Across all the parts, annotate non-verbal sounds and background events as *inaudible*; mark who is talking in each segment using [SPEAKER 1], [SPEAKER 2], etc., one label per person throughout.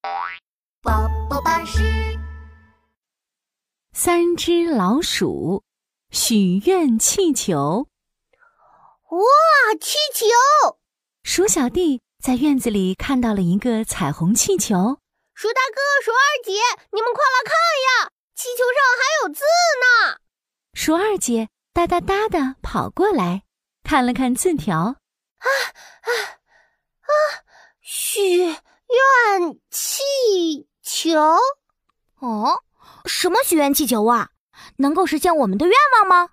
[SPEAKER 1] 宝宝巴士
[SPEAKER 2] 三只老鼠许愿气球。
[SPEAKER 3] 哇，气球！
[SPEAKER 2] 鼠小弟在院子里看到了一个彩虹气球。
[SPEAKER 3] 鼠大哥、鼠二姐，你们快来看呀，气球上还有字呢！
[SPEAKER 2] 鼠二姐哒哒哒的跑过来，看了看字条。
[SPEAKER 3] 啊啊啊！许愿气球
[SPEAKER 4] 哦，什么许愿气球啊？能够实现我们的愿望吗？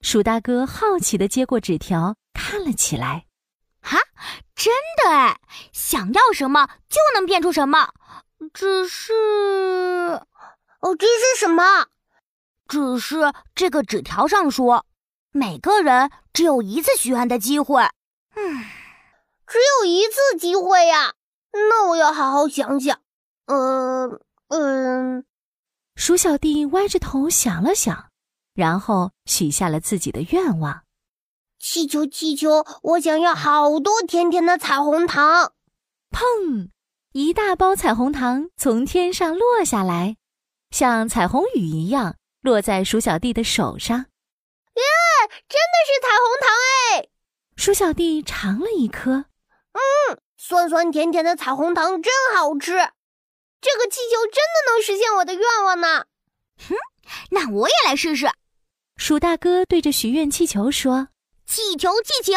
[SPEAKER 2] 鼠大哥好奇的接过纸条，看了起来。
[SPEAKER 4] 啊，真的哎！想要什么就能变出什么，只是……
[SPEAKER 3] 哦，这是什么？
[SPEAKER 4] 只是这个纸条上说，每个人只有一次许愿的机会。嗯，
[SPEAKER 3] 只有一次机会呀、啊！那我要好好想想。嗯嗯，
[SPEAKER 2] 鼠小弟歪着头想了想，然后许下了自己的愿望。
[SPEAKER 3] 气球，气球！我想要好多甜甜的彩虹糖。
[SPEAKER 2] 砰！嗯一大包彩虹糖从天上落下来，像彩虹雨一样落在鼠小弟的手上。
[SPEAKER 3] 耶！真的是彩虹糖哎！
[SPEAKER 2] 鼠小弟尝了一颗，
[SPEAKER 3] 嗯，酸酸甜甜的彩虹糖真好吃。这个气球真的能实现我的愿望呢。
[SPEAKER 4] 哼、嗯，那我也来试试。
[SPEAKER 2] 鼠大哥对着许愿气球说。
[SPEAKER 4] 气球，气球！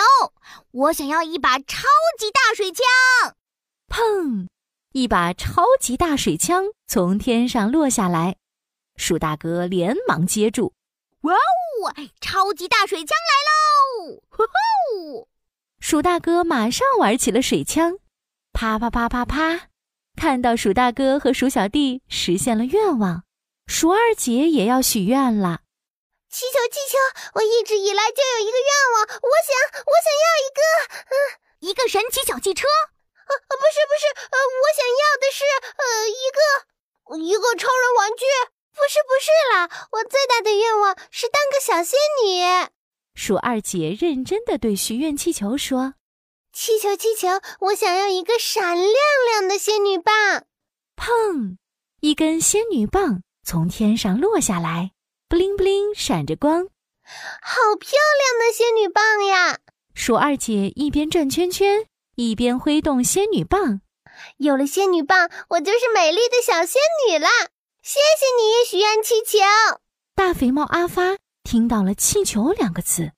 [SPEAKER 4] 我想要一把超级大水枪！
[SPEAKER 2] 砰！一把超级大水枪从天上落下来，鼠大哥连忙接住。
[SPEAKER 4] 哇哦！超级大水枪来喽！呼呼！
[SPEAKER 2] 鼠大哥马上玩起了水枪，啪啪啪啪啪！看到鼠大哥和鼠小弟实现了愿望，鼠二姐也要许愿了。
[SPEAKER 3] 气球，气球！我一直以来就有一个愿望，我想，我想要一个，嗯、
[SPEAKER 4] 呃，一个神奇小汽车。
[SPEAKER 3] 啊啊，不是不是，呃，我想要的是，呃，一个一个超人玩具。不是不是啦，我最大的愿望是当个小仙女。
[SPEAKER 2] 鼠二姐认真的对许愿气球说：“
[SPEAKER 3] 气球，气球！我想要一个闪亮亮的仙女棒。”
[SPEAKER 2] 砰！一根仙女棒从天上落下来。布灵布灵，闪着光，
[SPEAKER 3] 好漂亮的仙女棒呀！
[SPEAKER 2] 鼠二姐一边转圈圈，一边挥动仙女棒。
[SPEAKER 3] 有了仙女棒，我就是美丽的小仙女啦！谢谢你，许愿气球。
[SPEAKER 2] 大肥猫阿发听到了“气球”两个字，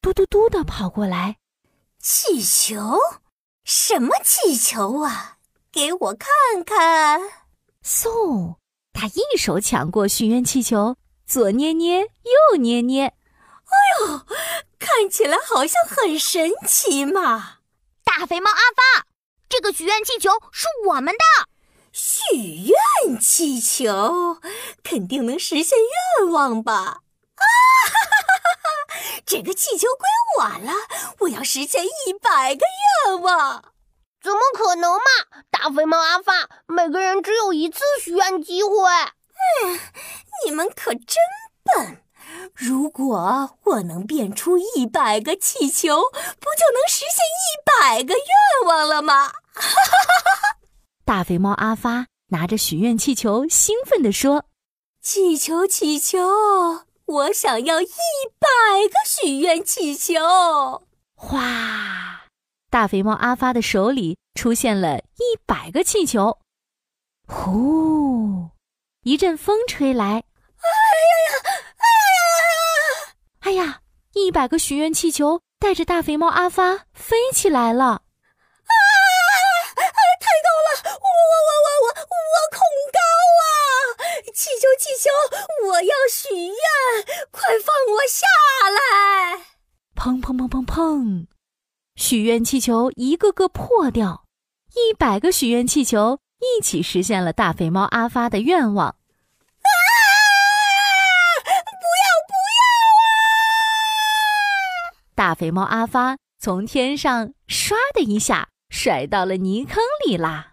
[SPEAKER 2] 嘟嘟嘟的跑过来。
[SPEAKER 5] 气球？什么气球啊？给我看看！
[SPEAKER 2] 嗖！他一手抢过许愿气球。左捏捏，右捏捏，
[SPEAKER 5] 哎呦，看起来好像很神奇嘛！
[SPEAKER 4] 大肥猫阿发，这个许愿气球是我们的。
[SPEAKER 5] 许愿气球肯定能实现愿望吧？ *laughs* 啊哈哈哈！这个气球归我了，我要实现一百个愿望。
[SPEAKER 3] 怎么可能嘛！大肥猫阿发，每个人只有一次许愿机会。
[SPEAKER 5] 嗯，你们可真笨！如果我能变出一百个气球，不就能实现一百个愿望了吗？ *laughs*
[SPEAKER 2] 大肥猫阿发拿着许愿气球，兴奋地说：“
[SPEAKER 5] 气球，气球，我想要一百个许愿气球！”
[SPEAKER 2] 哗！大肥猫阿发的手里出现了一百个气球，呼！一阵风吹来，
[SPEAKER 5] 哎呀呀！哎
[SPEAKER 2] 呀呀！哎呀！一百个许愿气球带着大肥猫阿发飞起来了！啊！
[SPEAKER 5] 太高了！我我我我我我恐高啊！气球气球，我要许愿，快放我下来！
[SPEAKER 2] 砰砰砰砰砰！许愿气球一个个破掉，一百个许愿气球。一起实现了大肥猫阿发的愿望。
[SPEAKER 5] 啊！不要啊不要
[SPEAKER 2] 啊！大肥猫阿发从天上唰的一下甩到了泥坑里啦。